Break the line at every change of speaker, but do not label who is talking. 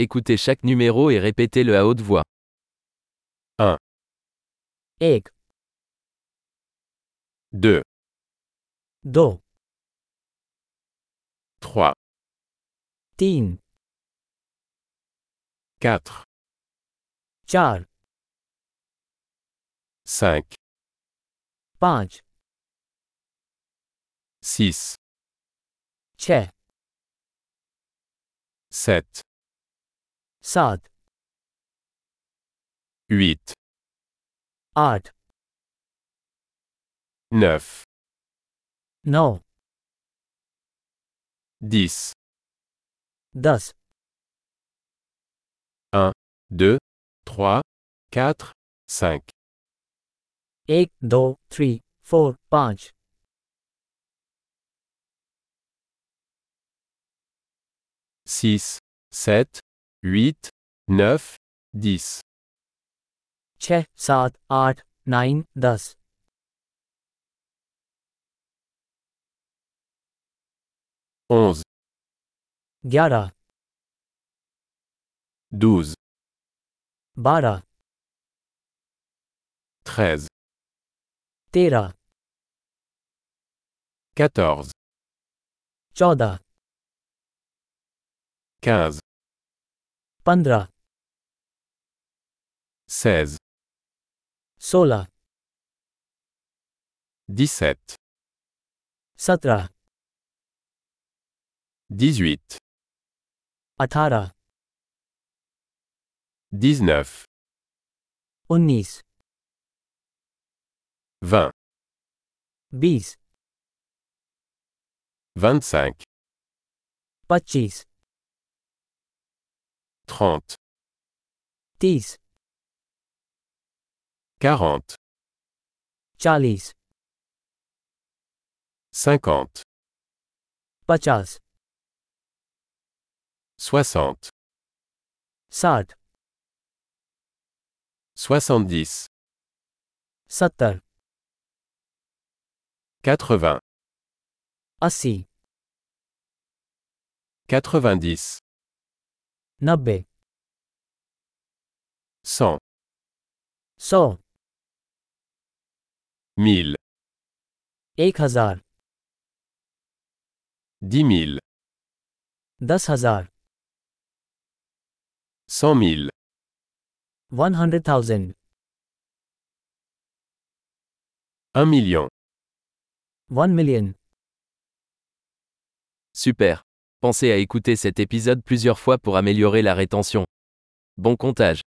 Écoutez chaque numéro et répétez-le à haute voix.
एक
2,
दो
3,
तीन
4,
चार
5,
पाँच
6,
छः
7,
सात
8,
आठ
9,
नौ
10,
दस
2, 3, 4, 5,
एक दो थ्री फोर पाँच
6, 7, 8, 9, 10,
छः सात आठ नाइन दस
11,
ग्यारह
12,
बारह
13,
तेरह
14,
चौदह
15,
पंद्रह
16,
सोलह
17,
सत्रह
18,
अठारह
19,
उन्नीस
20,
बीस
25,
पच्चीस
30,
तीस
40,
चालीस
50,
पचास
60,
साठ
70,
सत्तर
80,
अस्सी
90,
नब्बे
100,
सौ
1000,
एक हजार
10 000,
दस हजार
100 000,
वन हंड्रेड थाउजेंड
1 million.
वन मिलियन
Super. Pensez à écouter cet épisode plusieurs fois pour améliorer la rétention. Bon comptage.